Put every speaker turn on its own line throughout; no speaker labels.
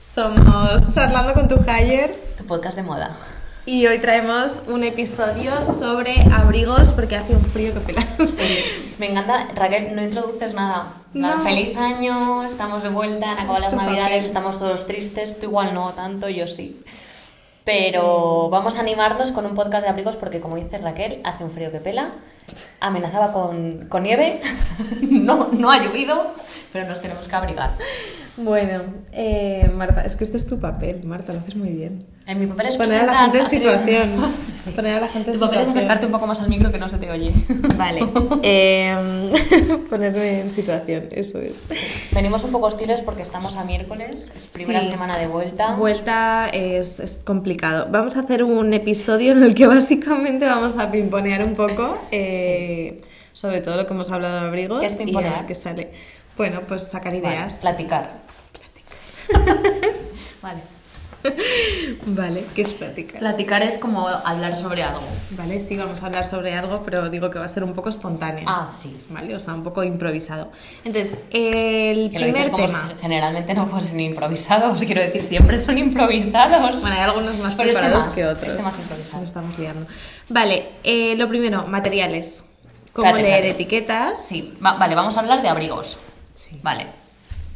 Somos Charlando con tu Hire
Tu podcast de moda.
y hoy traemos un episodio sobre abrigos porque hace un frío que pelas.
Me encanta, Raquel, no introduces nada. Nada,
No.
Feliz año, estamos de vuelta, han acabado las
tu
navidades,
papel.
estamos todos tristes, tú igual no tanto, yo sí. Pero vamos a animarnos con un podcast de abrigos porque, como dice Raquel, hace un frío que pela. Amenazaba con, con nieve, no, no ha llovido, pero nos tenemos que abrigar.
Bueno, eh, Marta, es que este es tu papel, Marta, lo haces muy bien.
En mi papel es
Poner a la
presentar
gente en
abrigos.
situación.
Sí.
Poner a la gente en
Tu papel es
situación.
acercarte un poco más al micro que no se te oye.
Vale. eh, ponerme en situación, eso es.
Venimos un poco hostiles porque estamos a miércoles, es primera
Sí.
semana de vuelta.
Vuelta es, es complicado. Vamos a hacer un episodio en el que básicamente vamos a pimponear un poco eh, sobre todo lo que hemos hablado de abrigos.
¿Qué es pimponear?
y a ver qué sale. Bueno, pues sacar
Vale,
ideas.
platicar. vale.
Vale, que es platicar.
Platicar es como hablar sobre algo.
Vale, sí, vamos a hablar sobre algo, pero digo que va a ser un poco espontáneo.
Ah, sí.
Vale, o sea, un poco improvisado. Entonces, el
Que lo dices
primer
como
tema.
si generalmente no fuesen improvisados. Quiero decir, siempre son improvisados.
Bueno, hay algunos más
Pero este
preparados
más,
que otros.
este más improvisado.
Nos estamos liando. Vale, eh, lo primero, materiales. Cómo
Espérate,
leer
espérate.
etiquetas.
Sí, va- vale, vamos a hablar de abrigos.
Sí.
Vale,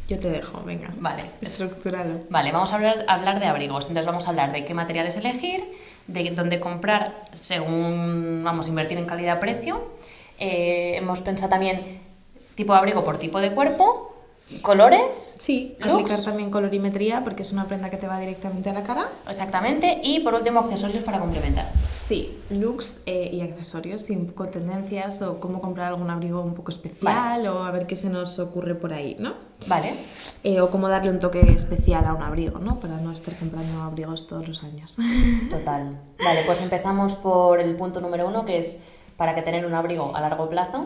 Yo te dejo, venga.
Vale.
Estructuralo.
vale, vamos a hablar, hablar de abrigos. Entonces vamos a hablar de qué materiales elegir, de dónde comprar según, vamos, invertir en calidad-precio. Eh, hemos pensado también tipo de abrigo por tipo de cuerpo, colores.
Sí,
Looks.
aplicar también colorimetría porque es una prenda que te va directamente a la cara.
Exactamente. Y por último, accesorios para complementar.
Sí, looks eh, y accesorios y un poco tendencias o cómo comprar algún abrigo un poco especial
Vale.
o a ver qué se nos ocurre por ahí, ¿no?
Vale.
Eh, o cómo darle un toque especial a un abrigo, ¿no? Para no estar comprando abrigos todos los años.
Total. Vale, pues empezamos por el punto número uno, que es para que tener un abrigo a largo plazo,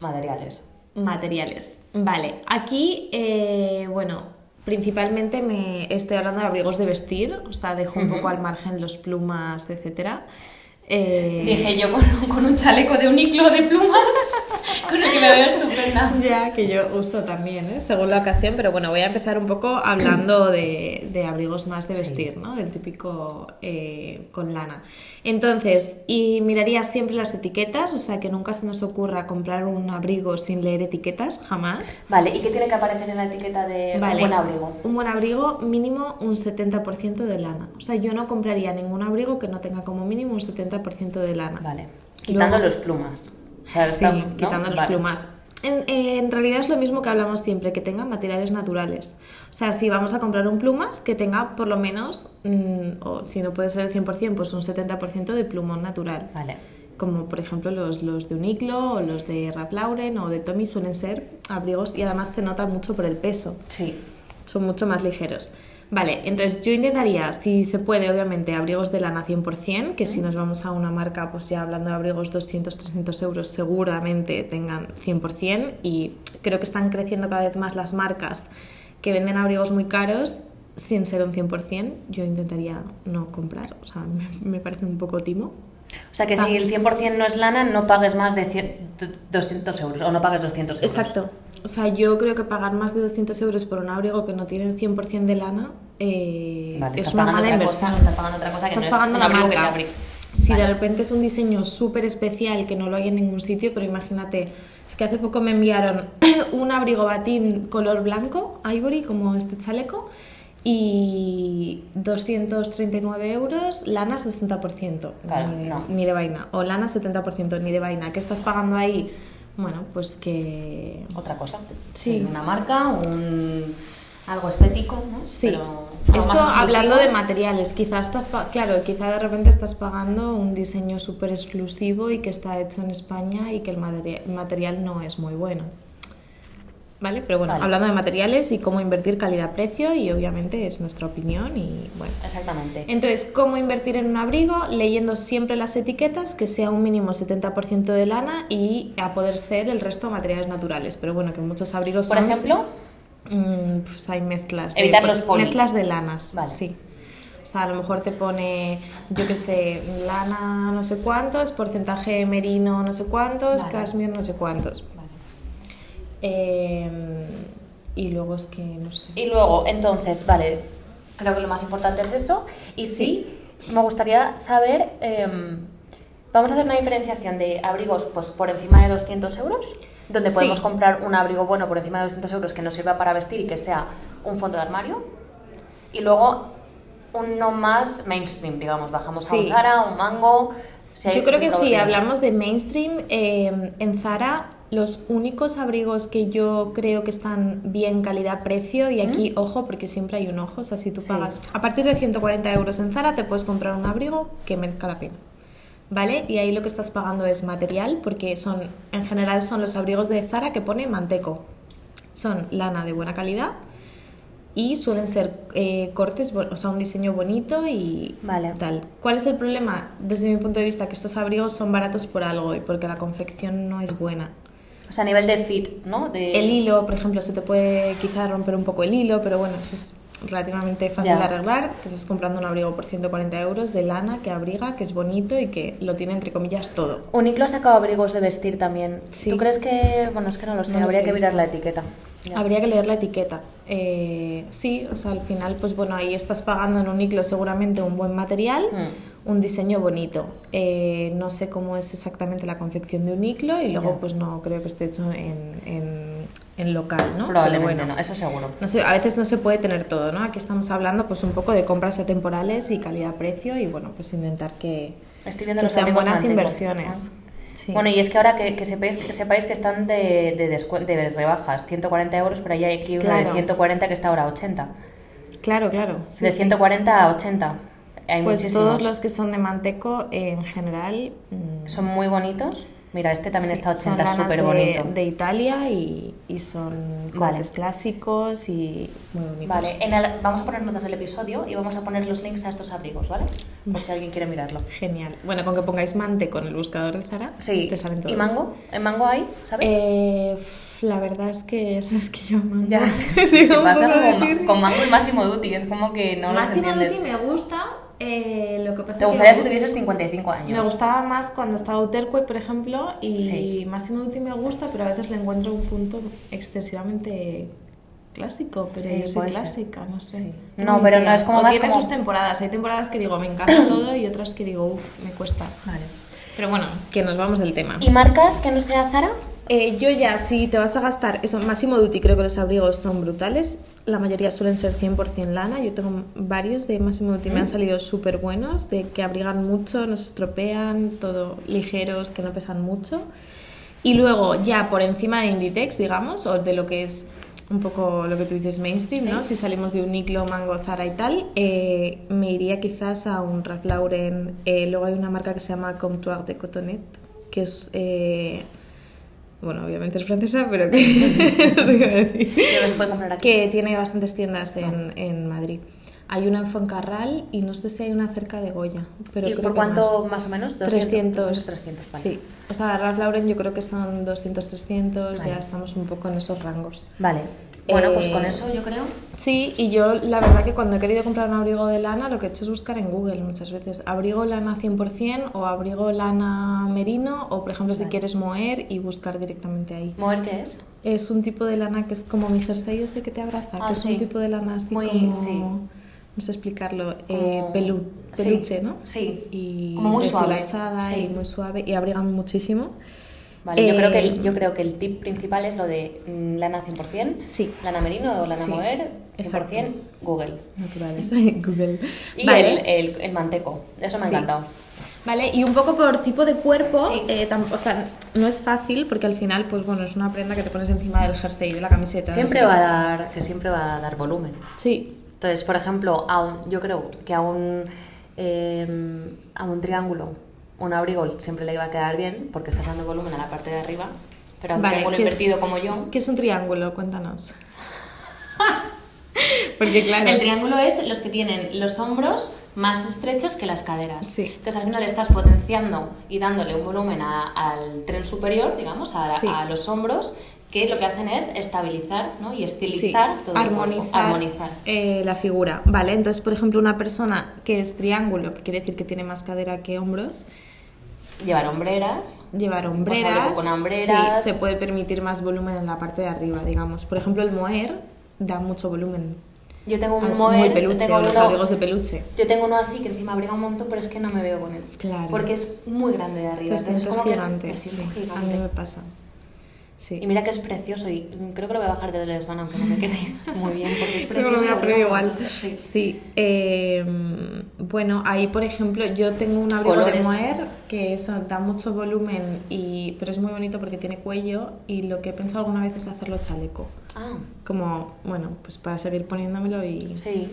materiales.
Materiales. Vale, aquí, eh, bueno, principalmente me estoy hablando de abrigos de vestir, o sea, dejo un poco al margen los plumas, etcétera. Eh,
Dije yo con, con un chaleco de un hilo de plumas, con el que me veo estupenda.
Ya, que yo uso también, ¿eh? según la ocasión, pero bueno, voy a empezar un poco hablando de, de abrigos más de vestir, ¿no? Del típico eh, con lana. Entonces, y miraría siempre las etiquetas, o sea, que nunca se nos ocurra comprar un abrigo sin leer etiquetas, jamás.
Vale, ¿y qué tiene que aparecer en la etiqueta de Eh, un buen abrigo?
Un buen abrigo, mínimo un 70% de lana. O sea, yo no compraría ningún abrigo que no tenga como mínimo un 70% de lana.
Vale. Quitando
Luego-
los plumas. O sea,
Sí,
está- ¿no?
quitando los
Vale.
plumas. En, en realidad es lo mismo que hablamos siempre, que tenga materiales naturales. O sea, si vamos a comprar un plumas, que tenga por lo menos, mm, o si no puede ser el 100%, pues un 70% de plumón natural.
Vale.
Como por ejemplo los, los de Uniqlo o los de Ralph Lauren o de Tommy suelen ser abrigos y además se nota mucho por el peso
Sí.
son mucho más ligeros. Vale, entonces yo intentaría, si se puede, obviamente, abrigos de lana 100%, que si nos vamos a una marca, pues ya hablando de abrigos 200, 300 euros, seguramente tengan 100%, y creo que están creciendo cada vez más las marcas que venden abrigos muy caros sin ser un 100%, yo intentaría no comprar, o sea, me, me parece un poco timo.
O sea que
Ah.
si el 100% no es lana, no pagues más de 100 200 euros o no pagues 200 euros.
Exacto. O sea, yo creo que pagar más de 200 euros por un abrigo que no tiene el 100% de lana eh,
Vale,
es
estás
una
pagando
mala
otra
inversión.
cosa, estás pagando otra cosa que
Estás
no
pagando
es
la
un abrigo que te
marca.
abrí.
Si de
Vale.
repente es un diseño súper especial que no lo hay en ningún sitio, pero imagínate, es que hace poco me enviaron un abrigo batín color blanco, ivory, como este chaleco, y 239 euros, lana 60%,
Claro,
ni, de,
no.
ni de vaina, o lana 70%, ni de vaina. ¿Qué estás pagando ahí? Bueno, pues que...
Otra cosa.
Sí.
Una marca, un algo estético, ¿no?
Sí.
Pero algo más
Esto
exclusivo.
hablando de materiales, quizá estás, pa- claro, quizá de repente estás pagando un diseño súper exclusivo y que está hecho en España y que el materi- material no es muy bueno. ¿Vale? Pero bueno,
Vale.
hablando de materiales y cómo invertir calidad-precio y obviamente es nuestra opinión y bueno.
Exactamente.
Entonces, ¿cómo invertir en un abrigo? Leyendo siempre las etiquetas, que sea un mínimo 70% de lana y a poder ser el resto materiales naturales. Pero bueno, que muchos abrigos
Por
son-
ejemplo,
Mm, pues hay mezclas.
Evitar
de,
los poli.
Mezclas de lanas,
Vale.
sí. O sea, a lo mejor te pone, yo qué sé, lana no sé cuántos, porcentaje merino no sé cuántos,
Vale.
cashmere no sé cuántos. Eh, y luego es que, no sé.
y luego, entonces, vale, Creo que lo más importante es eso. Y sí, me gustaría saber, em, vamos a hacer una diferenciación de abrigos pues, por encima de 200 euros, donde
Sí.
podemos comprar un abrigo bueno por encima de 200 euros que nos sirva para vestir y que sea un fondo de armario. Y luego uno más mainstream, digamos, bajamos a un
Sí.
Zara, un Mango. si hay-
Yo creo
si
que
lo
sí,
tienen.
hablamos de mainstream. eh, en Zara, los únicos abrigos que yo creo que están bien calidad-precio, y aquí, ojo, porque siempre hay un ojo, o sea, si tú
Sí.
pagas a partir de 140 euros en Zara, te puedes comprar un abrigo que merezca la pena. ¿Vale? Y ahí lo que estás pagando es material, porque son, en general, son los abrigos de Zara que pone manteco. Son lana de buena calidad y suelen ser eh, cortes, bo- o sea, un diseño bonito y
Vale.
tal. ¿Cuál es el problema? Desde mi punto de vista, que estos abrigos son baratos por algo y porque la confección no es buena.
O sea, a nivel de fit, ¿no? De...
El hilo, por ejemplo, se te puede quizá romper un poco el hilo, pero bueno, eso es relativamente fácil
Ya.
de arreglar. Te estás comprando un abrigo por 140 euros de lana que abriga, que es bonito y que lo tiene entre comillas todo.
Uniclo ha sacado abrigos de vestir también.
Sí.
¿Tú crees que.? Bueno, es que no lo sé,
No los
habría
he
que mirar
visto.
la etiqueta. Ya.
Habría que leer la etiqueta. Eh, sí, o sea, al final, pues bueno, ahí estás pagando en un hilo seguramente un buen material,
Mm.
un diseño bonito. Eh, no sé cómo es exactamente la confección de un hilo y luego,
Ya.
pues no creo que esté hecho en, en- en local, ¿no?
Probablemente
Pero bueno,
no, eso seguro.
no sé, a veces no se puede tener todo, ¿no? Aquí estamos hablando pues un poco de compras atemporales y calidad-precio y bueno, pues intentar que,
Estoy viendo
que
los
sean
abrigos
buenas
manteco.
inversiones.
Ah.
Sí.
Bueno, y es que ahora que, que sepáis, que sepáis que están de, de, descu- de rebajas, 140 euros, pero ahí hay aquí uno de
Claro.
140 que está ahora a 80.
Claro, claro. sí,
de
sí.
140 a 80. Hay
Pues
muchísimos.
todos los que son de manteco eh, en general. mm,
Son muy bonitos. Mira, este
sí,
también está a
son
80,
lanas
súper
de-
bonito.
De, Italia y, y son
Vale.
cortes clásicos y muy bonitos.
Vale, en el- vamos a poner notas del episodio y vamos a poner los links a estos abrigos, ¿vale? Por si alguien quiere mirarlo.
Genial. Bueno, con que pongáis manteco en el buscador de Zara,
Sí.
te salen todos.
¿Y mango? ¿En mango hay? ¿Sabes?
Eh, f- la verdad es que sabes que yo mango.
ya.
Digo,
Te
un
pasa
poco
como
decir.
ma- con mango y Máximo Duty, es como que no los
Massimo
entiendes.
Dutti me gusta. eh, lo que pasa
¿Te
que
gustaría
me-
si tuvieses 55 años?
Me gustaba más cuando estaba Uterque, por ejemplo, y
Sí.
Massimo Dutti me gusta, pero a veces le encuentro un punto excesivamente clásico, pero
Sí,
yo soy
puede ser.
clásica, no sé.
Sí.
Tengo
No,
mis
pero no,
días.
es como
O
más
tiene
como-
sus temporadas, hay temporadas que digo, me encanta todo y otras que digo, uff, me cuesta.
Vale.
Pero bueno, que nos vamos del tema.
¿Y marcas que no sea Zara?
Eh, yo ya, si te vas a gastar, eso, Massimo Dutti creo que los abrigos son brutales, la mayoría suelen ser 100% lana, yo tengo varios de Massimo Dutti, me han salido súper buenos, de que abrigan mucho, no se estropean, todo ligeros, que no pesan mucho. Y luego ya por encima de Inditex, digamos, o de lo que es un poco lo que tú dices mainstream,
Sí.
¿no? Si salimos de un Uniqlo, Mango, Zara y tal, eh, me iría quizás a un Ralph Lauren. eh, luego hay una marca que se llama Comptoir de Cotonet, que es... eh, bueno, obviamente es francesa, pero que, no sé qué decir.
Que no se puede comprar aquí.
que tiene bastantes tiendas en, en Madrid. Hay una en Foncarral y no sé si hay una cerca de Goya. Pero
¿Y
creo
por
que
cuánto
más.
más, o menos?
300.
300, vale.
Sí. O sea, Ralph Lauren yo creo que son 200, 300,
Vale.
ya estamos un poco en esos rangos.
Vale. Bueno,
Eh,
pues con eso yo creo.
Sí, y yo la verdad que cuando he querido comprar un abrigo de lana lo que he hecho es buscar en Google muchas veces. Abrigo lana 100% o abrigo lana merino o por ejemplo si
Vale.
quieres moer y buscar directamente ahí.
¿Mover qué es?
Es un tipo de lana que es como mi jersey ese que te abraza,
Ah,
que es
sí.
un tipo de lana así
Muy-
como...
sí.
No sé explicarlo, eh,
Como-
pelu-
sí,
peluche, ¿no?
sí.
Y
Como muy suave,
deshilachada
sí.
y muy suave y abrigan muchísimo.
Vale, yo, creo que
Eh,
el, yo creo que el tip principal es lo de mm, lana 100%,
Sí.
lana merino o lana
Sí,
mover, 100%
exacto.
Google.
Naturales, Google.
Y el, eh, el, el manteco, eso me ha
Sí.
encantado.
Vale, y un poco por tipo de cuerpo,
Sí.
eh, tam- o sea, no es fácil porque al final, pues bueno, es una prenda que te pones encima del jersey, de la camiseta.
Siempre
no
va
sé
a dar, que siempre va a dar volumen.
qué. Sí,
Entonces, por ejemplo, a un- yo creo que a un, eh, a un triángulo, un abrigo siempre le iba a quedar bien porque estás dando volumen a la parte de arriba, pero a un
Vale,
triángulo
que es-
invertido como yo.
¿Qué es un triángulo? Cuéntanos. Porque claro,
El triángulo es los que tienen los hombros más estrechos que las caderas.
Sí.
Entonces al final estás potenciando y dándole un volumen a- al tren superior, digamos, a,
Sí.
a los hombros, que lo que hacen es estabilizar ¿no? y estilizar
sí,
todo el cuerpo,
armonizar,
armonizar.
eh, la figura. Vale, entonces, por ejemplo, una persona que es triángulo, que quiere decir que tiene más cadera que hombros,
Llevar hombreras.
llevar
O sea,
hombreras.
luego Pues con hombreras.
Sí, se puede permitir más volumen en la parte de arriba, digamos. Por ejemplo, el moer da mucho volumen.
Yo tengo un
Es
mover,
Ah, muy peluche,
tengo
los
uno-
abrigos de peluche.
yo tengo uno así que encima abriga un montón, pero es que no me veo con él.
Claro.
Porque es muy grande de arriba.
Te
entonces es
sientes
como que
gigante.
me siento
sí. A
gigante.
mí me pasa. Sí.
Y mira que es precioso y mm, creo que lo voy a bajar desde el desván aunque no me quede muy bien porque es
Pero
precioso.
me voy a poner
pero-
igual.
Sí.
Sí. eh, bueno, ahí por ejemplo yo tengo un abrigo
Colores.
de moer que eso da mucho volumen, y, pero es muy bonito porque tiene cuello y lo que he pensado alguna vez es hacerlo chaleco.
Ah,
Como, bueno, pues para seguir poniéndomelo y
sí.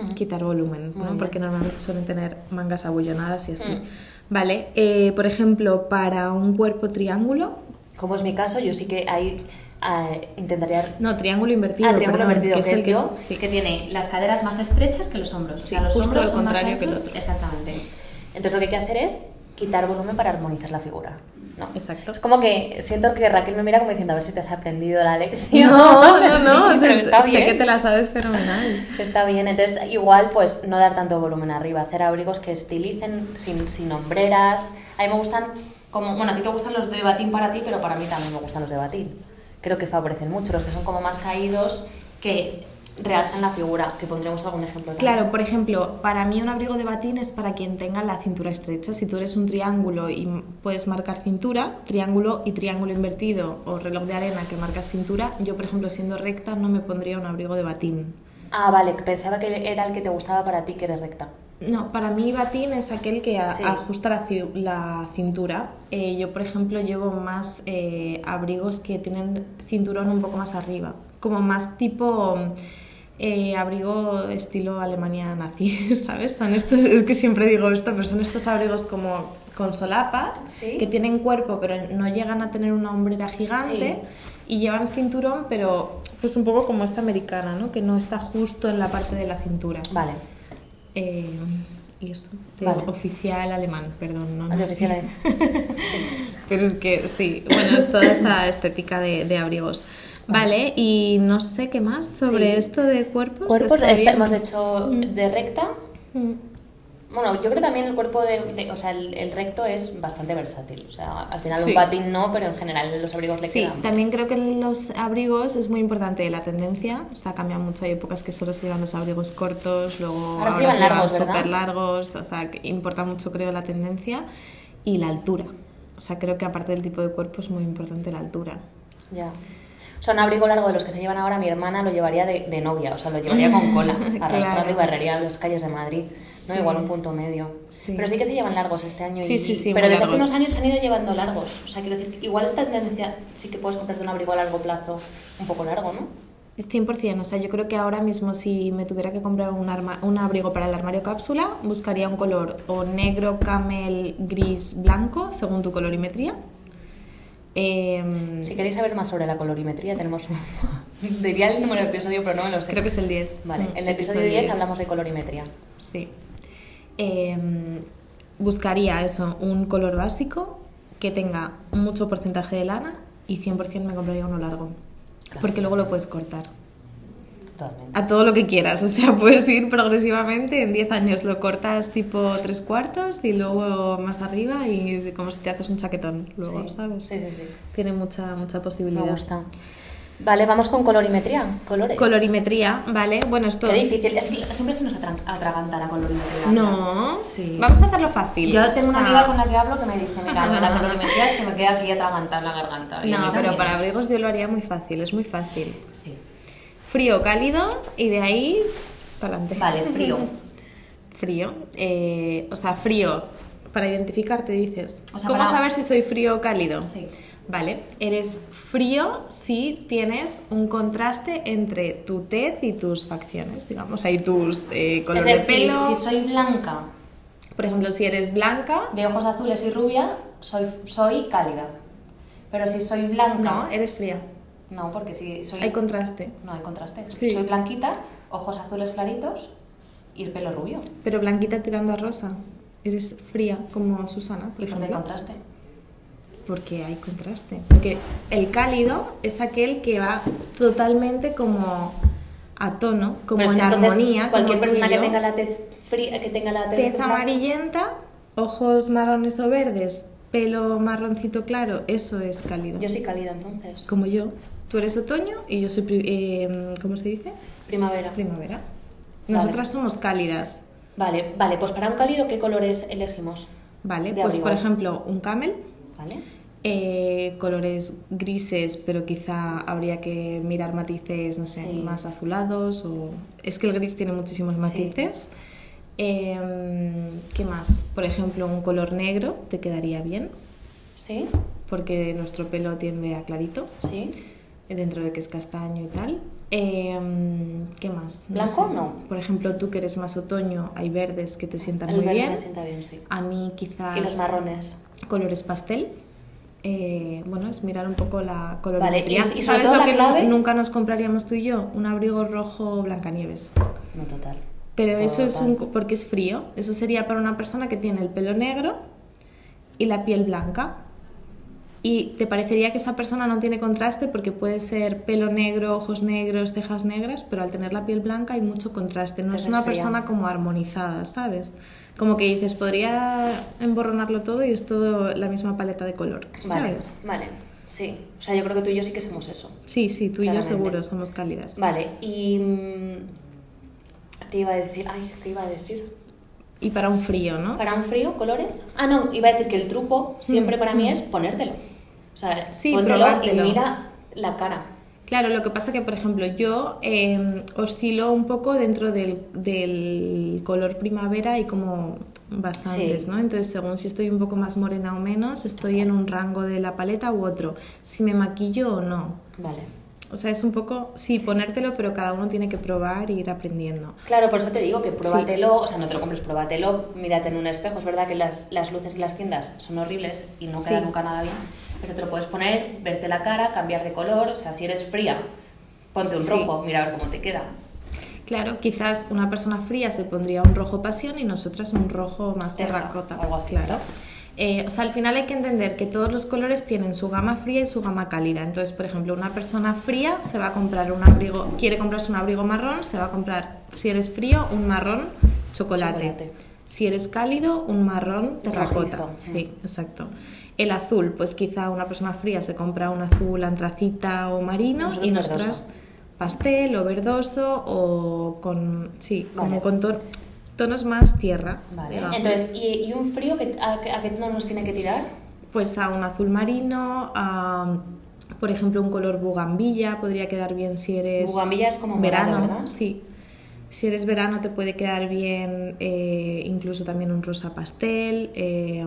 Mm. Ujú.
quitar volumen,
Muy
¿no?
bien.
porque normalmente suelen tener mangas abullonadas y así.
Mm.
Vale, eh, por ejemplo, para un cuerpo triángulo,
Como es mi caso, yo sí que ahí eh, intentaría...
no, triángulo invertido,
Ah, triángulo
perdón,
invertido, que,
el
es yo,
sí.
que tiene las caderas más estrechas que los hombros. O sea,
Sí,
los
justo
hombros
al
son más
contrario que el
anchos.
otro.
Exactamente. Entonces lo que hay que hacer es quitar volumen para armonizar la figura. ¿no?
Exacto.
Es como que siento que Raquel me mira como diciendo, a ver si te has aprendido la lección.
No, no, no,
Pero
te-
está
sé
bien.
que te la sabes fenomenal.
Está bien, entonces igual pues no dar tanto volumen arriba, hacer abrigos que estilicen sin, sin hombreras. A mí me gustan, como, bueno, a ti te gustan los de batín para ti, pero para mí también me gustan los de batín. Creo que favorecen mucho, los que son como más caídos, que realzan la figura, que pondremos algún ejemplo también.
Claro, por ejemplo, para mí un abrigo de batín es para quien tenga la cintura estrecha. Si tú eres un triángulo y m- puedes marcar cintura, triángulo y triángulo invertido o reloj de arena que marcas cintura, yo por ejemplo siendo recta no me pondría un abrigo de batín.
Ah, vale, pensaba que era el que te gustaba para ti, que eres recta.
No, para mí batín es aquel que a-
Sí.
ajusta la, ciu- la cintura. Eh, yo, por ejemplo, llevo más eh, abrigos que tienen cinturón un poco más arriba, como más tipo eh, abrigo estilo Alemania nazi, ¿sabes? Son estos, es que siempre digo esto, pero son estos abrigos como con solapas,
Sí.
que tienen cuerpo, pero no llegan a tener una hombrera gigante. Y llevan cinturón, pero pues un poco como esta americana, ¿no? Que no está justo en la parte de la cintura.
Vale,
Eh, y eso, de
Vale.
oficial alemán, perdón, no.
de
no.
oficial ahí.
Pero es que sí, bueno, es toda esta estética de, de abrigos. Vale, y no sé qué más sobre
Sí.
esto de cuerpos.
Cuerpos,
está
esta-
bien.
hemos hecho de recta.
Mm.
Bueno, yo creo que también el cuerpo de, de- o sea, el, el recto es bastante versátil. O sea, al final
Sí.
un patín no, pero en general los abrigos le
Sí,
quedan.
también creo que en los abrigos es muy importante la tendencia, o sea, cambia mucho, hay épocas que solo se llevan los abrigos cortos, luego
Ahora se llevan largos, ¿verdad?
súper largos, o sea, que importa mucho creo la tendencia y la altura. O sea, creo que aparte del tipo de cuerpo es muy importante la altura.
Ya. O sea, un abrigo largo de los que se llevan ahora, mi hermana lo llevaría de, de novia, o sea, lo llevaría con cola, arrastrando y barrería las calles de Madrid. No,
Sí.
igual un punto medio.
Sí.
Pero sí que se llevan largos este año. y-
Sí, sí, sí,
Pero
muy
desde hace
largos.
unos años se han ido llevando largos. O sea, quiero decir, igual esta tendencia sí que puedes comprarte un abrigo a largo plazo un poco largo, ¿no?
Es 100%, o sea, yo creo que ahora mismo si me tuviera que comprar un, arma- un abrigo para el armario cápsula, buscaría un color o negro, camel, gris, blanco, según tu colorimetría. Em,
Si queréis saber más sobre la colorimetría, tenemos un... Diría el número de episodio, pero no me lo sé.
creo que es el 10.
Vale,
Mm,
en el episodio 10 hablamos de colorimetría.
Sí. Em, buscaría eso, un color básico que tenga mucho porcentaje de lana y 100% me compraría uno largo,
Claro.
porque luego lo puedes cortar.
Totalmente.
a todo lo que quieras. O sea, puedes ir progresivamente. En 10 años lo cortas tipo tres cuartos y luego más arriba y como si te haces un chaquetón luego,
sí.
¿sabes?
Sí, sí, sí.
Tiene mucha, mucha posibilidad.
Me gusta. Vale, vamos con colorimetría. Colores.
Colorimetría, ¿vale? Bueno, esto...
Qué difícil. Es que siempre se nos atran- atraganta la colorimetría.
No,
Sí.
vamos a hacerlo fácil.
Yo tengo
O
una
sea,
amiga con la que hablo que me dice, mira, lo de la colorimetría se me queda aquí atragantada en la garganta. Y a mí
No, pero
también.
para abrigos yo lo haría muy fácil, es muy fácil.
Sí.
Frío, cálido y de ahí para adelante.
Vale, frío.
Frío. eh, o sea, frío. Para identificarte dices.
O sea,
¿Cómo
para-
saber si soy frío o cálido?
Sí.
Vale. Eres frío si tienes un contraste entre tu tez y tus facciones, digamos, ahí tus eh, color
Es
de
decir,
pelo.
si soy blanca,
Por ejemplo, si eres blanca,
de ojos azules y rubia, soy, soy cálida. Pero si soy
no,
blanca...
eres fría.
No, porque si soy...
Hay contraste.
No hay contrastes.
Sí.
Soy blanquita, ojos azules claritos y el pelo rubio.
Pero blanquita tirando a rosa. Eres fría, como Susana, por
¿Y por qué
ejemplo.
contraste?
Porque hay contraste. Porque el cálido es aquel que va totalmente como a tono, como
Pero es
en
que entonces,
armonía.
Cualquier
como tú y
persona que
yo.
tenga la tez fría, que tenga la tez,
Tez
blanca-
amarillenta, ojos marrones o verdes, pelo marroncito claro, eso es cálido.
Yo soy cálida entonces.
Como yo. Tú eres otoño y yo soy, pri- eh, ¿cómo se dice?
Primavera.
Primavera.
Vale.
Nosotras somos cálidas,
Vale, vale, pues para un cálido, ¿qué colores elegimos?
¿vale?
De
Pues por
abrigo.
ejemplo, un camel,
¿Vale?
eh, colores grises, pero quizá habría que mirar matices, no sé,
Sí.
más azulados o... Es que el gris tiene muchísimos matices. Em, ¿Qué más? Por ejemplo, un color negro te quedaría bien,
¿Sí?
porque nuestro pelo tiende a clarito.
¿Sí?
dentro de que es castaño y tal. Eh, ¿Qué más?
¿Blanco? No.
Por ejemplo, tú que eres más otoño, hay verdes que te sientan
El
muy
verde
bien. Ah,
me sienta bien, sí.
A mí quizás
Y los marrones.
colores pastel. Eh, bueno, es mirar un poco la
Vale, y-
colorimetría.
y sobre
¿Sabes
todo
lo
la
que
clave?
nu- nunca nos compraríamos tú y yo? Un abrigo rojo Blancanieves.
No, total.
Pero eso es
Total.
un... co- porque es frío. Eso sería para una persona que tiene el pelo negro y la piel blanca. Y te parecería que esa persona no tiene contraste porque puede ser pelo negro, ojos negros, cejas negras, pero al tener la piel blanca hay mucho contraste. No
Te
es una
resfría.
persona como armonizada, ¿sabes? Como que dices, podría emborronarlo todo y es todo la misma paleta de color,
Vale,
¿sabes?
vale. Sí. O sea, yo creo que tú y yo sí que somos eso.
Sí, sí, tú
Claramente.
y yo seguro somos cálidas.
Vale, y. mm, Te iba a decir. Ay, ¿qué iba a decir?
Y para un frío, ¿no?
¿Para un frío, colores? Ah, no, iba a decir que el truco siempre
Mm,
para mí
mm.
es ponértelo. O sea,
Sí,
póntelo
probártelo.
y mira la cara.
Claro, lo que pasa que, por ejemplo, yo eh, oscilo un poco dentro del, del color primavera y como bastantes,
Sí.
¿no? Entonces, según si estoy un poco más morena o menos, estoy en un rango de la paleta u otro, si me maquillo o no.
Vale.
O sea, es un poco, sí, ponértelo, pero cada uno tiene que probar e ir aprendiendo.
Claro, por eso te digo que pruébatelo, o sea, no te lo compres, pruébatelo, mírate en un espejo. Es verdad que las, las luces de las tiendas son horribles y no queda
Sí.
nunca nada bien, pero te lo puedes poner, verte la cara, cambiar de color, o sea, si eres fría, ponte un
Sí.
rojo, mira a ver cómo te queda.
Claro, quizás una persona fría se pondría un rojo pasión y nosotras un rojo más
Teja,
terracota.
algo así,
claro.
claro.
Eh, o sea, al final hay que entender que todos los colores tienen su gama fría y su gama cálida. Entonces, por ejemplo, una persona fría se va a comprar un abrigo, quiere comprarse un abrigo marrón, se va a comprar, si eres frío, un marrón chocolate.
Chocolate.
Si eres cálido, un marrón terracota.
Rojizo, mm.
Sí, exacto. El azul, pues quizá una persona fría se compra un azul antracita o marino
Nosotros
y nosotras
verdoso.
pastel o verdoso o con sí
Vale.
como con ton- tonos más tierra
Vale.
digamos.
Entonces, ¿y, y un frío que, a, que- a qué no nos tiene que tirar?
pues a un azul marino a por ejemplo un color bugambilla podría quedar bien si eres
Bugambilla es como morado,
verano
¿verdad?
sí si eres verano te puede quedar bien eh, incluso también un rosa pastel eh,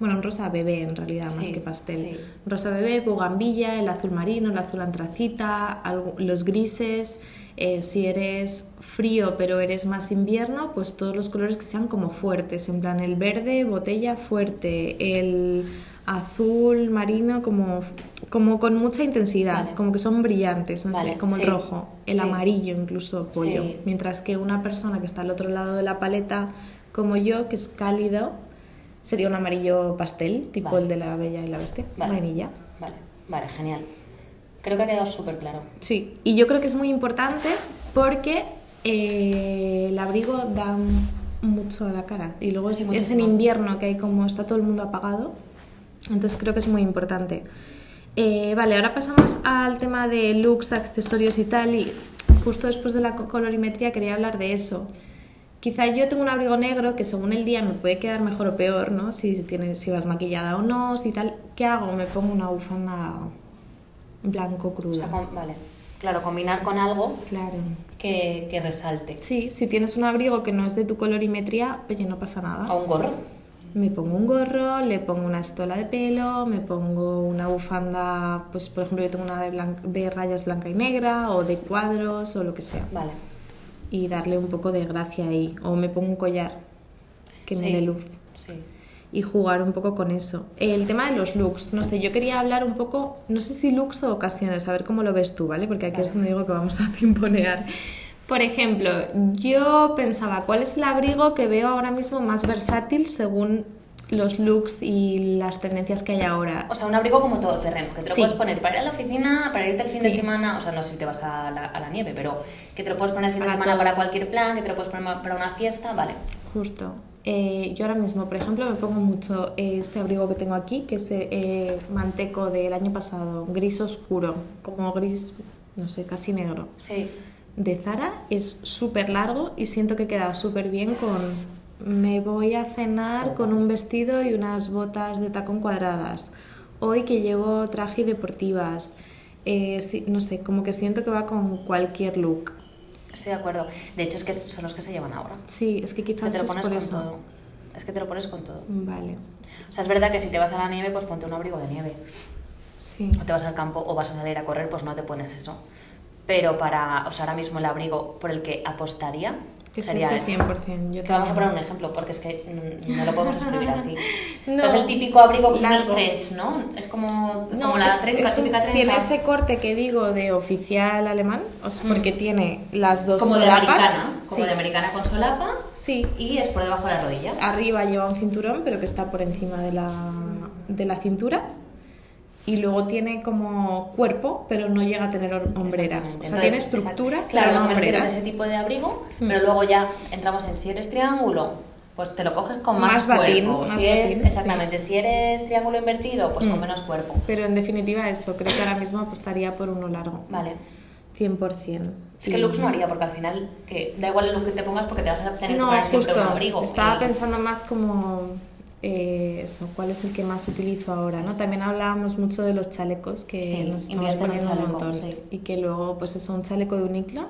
bueno, un rosa bebé en realidad, más
Sí,
que pastel.
sí.
Rosa bebé, bugambilla, el azul marino, el azul antracita, algo- los grises. Eh, si eres frío pero eres más invierno, pues todos los colores que sean como fuertes, en plan el verde, botella fuerte, el azul marino como, como con mucha intensidad,
Vale.
como que son brillantes, no
Vale,
sé, como
sí.
el rojo, el
Sí.
amarillo incluso, pollo.
Sí.
Mientras que una persona que está al otro lado de la paleta, como yo, que es cálido, sería un amarillo pastel, tipo
Vale.
el de la Bella y la Bestia,
Vale.
vainilla.
Vale, vale, genial. Creo que ha quedado súper claro.
Sí, y yo creo que es muy importante porque eh, el abrigo da m- mucho a la cara. Y luego es,
Sí,
es en
muchísimo.
invierno que hay como está todo el mundo apagado. Entonces creo que es muy importante. Eh, vale, ahora pasamos al tema de looks, accesorios y tal. Y justo después de la co- colorimetría quería hablar de eso. Quizá yo tengo un abrigo negro que según el día me puede quedar mejor o peor, ¿no? Si, tienes, si vas maquillada o no, si tal. ¿Qué hago? Me pongo una bufanda blanco
O
cruda.
sea, com- vale. Claro, combinar con algo
Claro.
que, que resalte.
Sí, si tienes un abrigo que no es de tu colorimetría, oye, no pasa nada.
O un gorro.
Me pongo un gorro, le pongo una estola de pelo, me pongo una bufanda, pues por ejemplo yo tengo una de, blan- de rayas blanca y negra o de cuadros o lo que sea.
Vale.
Y darle un poco de gracia ahí. O me pongo un collar que me
Sí,
dé luz
Sí.
y jugar un poco con eso. El tema de los looks, no sé, yo quería hablar un poco, no sé si looks o ocasiones, a ver cómo lo ves tú, ¿vale? Porque aquí es
Vale.
donde digo que vamos a pimponear. Por ejemplo, yo pensaba, ¿cuál es el abrigo que veo ahora mismo más versátil según los looks y las tendencias que hay ahora?
O sea, un abrigo como todoterreno, que te lo
Sí.
puedes poner para ir a la oficina, para irte el fin de
Sí.
semana, o sea, no sé si te vas a la, a la nieve, pero que te lo puedes poner el fin de
Para
semana
todo.
para cualquier plan, que te lo puedes poner para una fiesta, vale.
Justo. eh, yo ahora mismo, por ejemplo, me pongo mucho eh, este abrigo que tengo aquí, que es eh, manteco del año pasado, gris oscuro, como gris, no sé, casi negro.
Sí.
De Zara es súper largo y siento que queda súper bien con me voy a cenar con un vestido y unas botas de tacón cuadradas. Hoy que llevo traje y deportivas. Eh, sí, no sé, como que siento que va con cualquier look.
Estoy de acuerdo. De hecho, es que son los que se llevan ahora.
Sí, es que
Es que
quizás
te lo
es
pones
por
con
eso.
todo. Es que te lo pones con todo.
Vale,
O sea, es verdad que si te vas a la nieve, pues ponte un abrigo de nieve.
sí.
O te vas al campo o vas a salir a correr, pues no te pones eso. Pero para, o sea, ahora mismo el abrigo por el que apostaría
Es
sería
ese
ese.
100%. Yo
Que vamos
también.
a poner un ejemplo, porque es que mm, no lo podemos escribir así.
No.
O sea, es el típico abrigo con unos
Largo.
trench, ¿no? Es como,
No,
como la
es-
trenca,
es un-
típica trenca.
Tiene ese corte que digo de oficial alemán, o sea,
Mm.
porque tiene las dos
como de
solapas.
americana, como
sí.
de americana con solapa
Sí.
y es por debajo de la rodilla.
Arriba lleva un cinturón, pero que está por encima de la, de la cintura. Y luego tiene como cuerpo, pero no llega a tener hom- hombreras. O sea,
Exactamente.
tiene
Entonces,
estructura,
exact-
claro,
claro,
no
me refiero a
hombreras.
ese tipo de abrigo,
Mm.
pero luego ya entramos en si eres triángulo, pues te lo coges con
Más
más,
batín,
cuerpo.
más
si es,
batín,
exactamente, si eres triángulo invertido, pues
Mm.
con menos cuerpo.
Pero en definitiva eso, creo que ahora mismo apostaría por uno largo.
Vale.
100%.
Es que
Y-
looks no haría, porque al final que da igual el look que te pongas porque te vas a tener
No,
que poner siempre
justo.
un abrigo.
Estaba
Y-
pensando más como eh, eso, cuál es el que más utilizo ahora, ¿no? También hablábamos mucho de los chalecos que
Sí,
nos estamos
invierte en el
poniendo un
chaleco,
montón.
sí.
Y que luego, pues eso, un chaleco de uniclo.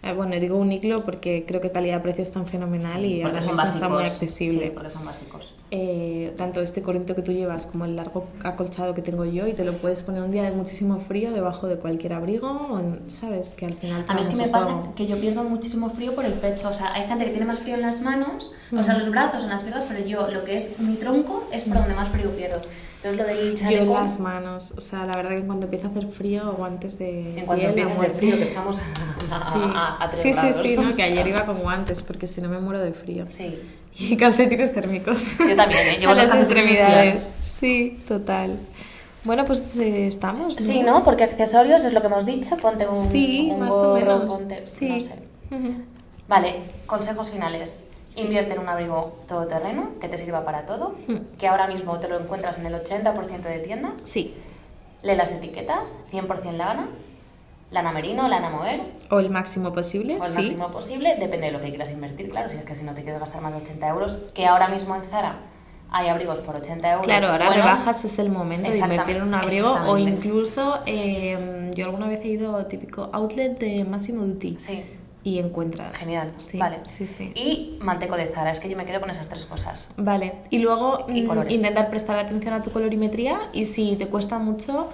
Eh, bueno, digo uniclo porque creo que calidad-precio es tan fenomenal
sí,
y ahora
porque son
mismo
básicos.
está muy
Sí,
accesible.
porque son básicos.
Eh, tanto este corriente que tú llevas como el largo acolchado que tengo yo y te lo puedes poner un día de muchísimo frío debajo de cualquier abrigo, o en- ¿sabes? Que al final... te
A mí
da
es que
mucho
me pasa
juego.
que yo pierdo muchísimo frío por el pecho. O sea, hay gente que tiene más frío en las manos, o sea, en los brazos, en las piernas, pero yo lo que es mi tronco es por donde más frío pierdo. Entonces lo del
Yo
chaleco,
las manos, o sea, la verdad que en cuanto empieza a hacer frío, guantes de
en cuanto
piel, la
empieza el
muerte.
frío, que estamos
Sí,
a, a, a tres
sí, sí,
grados.
sí, no, que ayer iba con guantes porque si no me muero de frío.
Sí.
Y calcetines térmicos.
Yo también, ¿eh? Llevo
a
los
las
calcetines
extremidades. Sí, total. Bueno, pues eh, estamos.
Sí, ¿no? Porque accesorios es lo que hemos dicho. Ponte un,
Sí,
un
más o
gorro,
menos.
ponte-
sí.
no sé.
Ujú.
Vale, consejos finales. Invierte en un abrigo todoterreno que te sirva para todo, que ahora mismo te lo encuentras en el 80% de tiendas.
Sí.
Lee las etiquetas, 100% lana, lana merino, lana moer,
O el máximo posible,
o el
sí.
máximo posible, depende de lo que quieras invertir, claro, si es que si no te quieres gastar más de 80 euros, que ahora mismo en Zara hay abrigos por 80 euros.
Claro, ahora
buenos.
rebajas es el momento de
Exactam-
invertir en un abrigo o
Pues, exactamente.
incluso eh, yo alguna vez he ido a típico outlet de Máximo Duty
Sí,
y encuentras.
genial.
Sí,
vale.
Sí, sí.
Y manteco de Zara, es que yo me quedo con esas tres cosas.
Vale, y luego
Y
mm,
colores.
intentar prestar atención a tu colorimetría y si te cuesta mucho,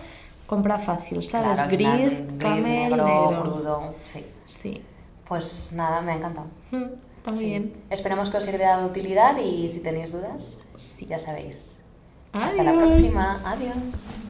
compra fácil, ¿sabes?
Claro, al final,
gris, camel,
negro,
negro.
crudo, sí.
Sí,
Pues nada, me ha encantado.
Mm, está muy
Sí.
bien.
Esperemos que os sirva de utilidad y si tenéis dudas,
Sí.
ya sabéis. Hasta la
Adiós.
próxima. Adiós.